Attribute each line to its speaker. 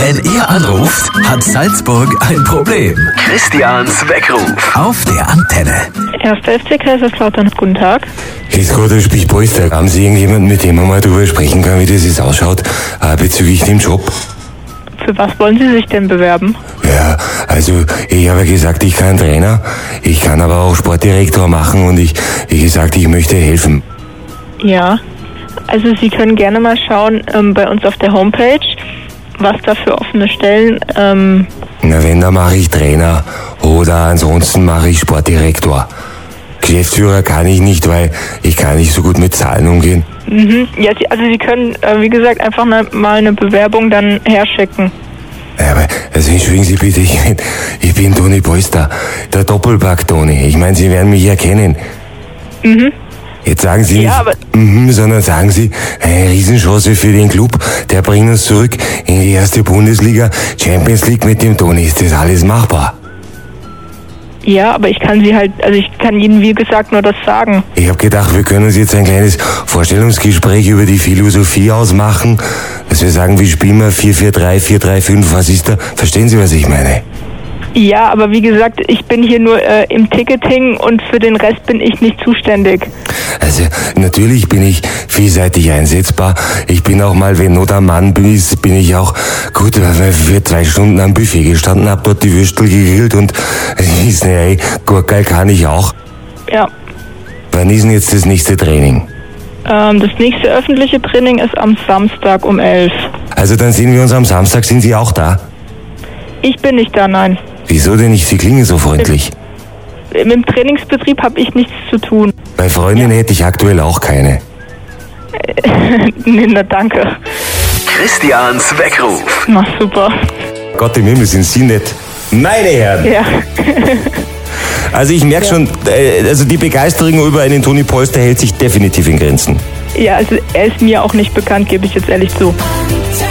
Speaker 1: Wenn ihr anruft, hat Salzburg ein Problem. Christians Weckruf auf der Antenne.
Speaker 2: Erster FC Kaiserslautern, guten Tag.
Speaker 3: Grüß Gott, ich bin Polster. Haben Sie irgendjemanden, mit dem man mal drüber sprechen kann, wie das jetzt ausschaut, äh, bezüglich dem Job?
Speaker 2: Für was wollen Sie sich denn bewerben?
Speaker 3: Ja, also ich habe ja gesagt, ich kann Trainer, ich kann aber auch Sportdirektor machen und ich, wie gesagt, ich möchte helfen.
Speaker 2: Ja. Also Sie können gerne mal schauen ähm, bei uns auf der Homepage, was da für offene Stellen. Ähm,
Speaker 3: Na, wenn, dann mache ich Trainer oder ansonsten mache ich Sportdirektor. Geschäftsführer kann ich nicht, weil ich kann nicht so gut mit Zahlen umgehen.
Speaker 2: mhm. ja, Sie, also Sie können, äh, wie gesagt, einfach ne- mal eine Bewerbung dann herschicken.
Speaker 3: Ja, aber, also entschuldigen Sie bitte, ich bin, ich bin Toni Polster, der Doppelpack Toni. Ich meine, Sie werden mich erkennen. Mhm. Jetzt sagen Sie nicht,
Speaker 2: Ja, aber-
Speaker 3: mhm, sondern sagen Sie, eine Riesenchance für den Club, der bringt uns zurück in die erste Bundesliga, Champions League mit dem Toni. Ist das alles machbar?
Speaker 2: Ja, aber ich kann Sie halt, also ich kann Ihnen, wie gesagt, nur das sagen.
Speaker 3: Ich habe gedacht, wir können uns jetzt ein kleines Vorstellungsgespräch über die Philosophie ausmachen, dass wir sagen, wie spielen wir 4-4-3, 4-3-5, was ist da? Verstehen Sie, was ich meine?
Speaker 2: Ja, aber wie gesagt, ich bin hier nur äh, im Ticketing und für den Rest bin ich nicht zuständig.
Speaker 3: Also natürlich bin ich vielseitig einsetzbar. Ich bin auch mal, wenn Not am Mann ist, bin ich auch gut, weil ich für zwei Stunden am Buffet gestanden hab, dort die Würstel gegrillt und ich ist ne, ey, Gurkel kann ich auch.
Speaker 2: Ja.
Speaker 3: Wann ist denn jetzt das nächste Training?
Speaker 2: Ähm, das nächste öffentliche Training ist am Samstag um 11.
Speaker 3: Also dann sehen wir uns am Samstag, sind Sie auch da?
Speaker 2: Ich bin nicht da, nein.
Speaker 3: Wieso denn nicht? Sie klingen so freundlich.
Speaker 2: Mit dem Trainingsbetrieb habe ich nichts zu tun.
Speaker 3: Bei Freundin hätte ich aktuell auch keine.
Speaker 2: Nee, na danke.
Speaker 1: Christians Weckruf.
Speaker 2: Na super.
Speaker 3: Gott im Himmel sind Sie nett. Meine Herren!
Speaker 2: Ja.
Speaker 3: Also ich merke schon, äh, also die Begeisterung über einen Toni Polster hält sich definitiv in Grenzen.
Speaker 2: Ja, also er ist mir auch nicht bekannt, gebe ich jetzt ehrlich zu.
Speaker 4: Tell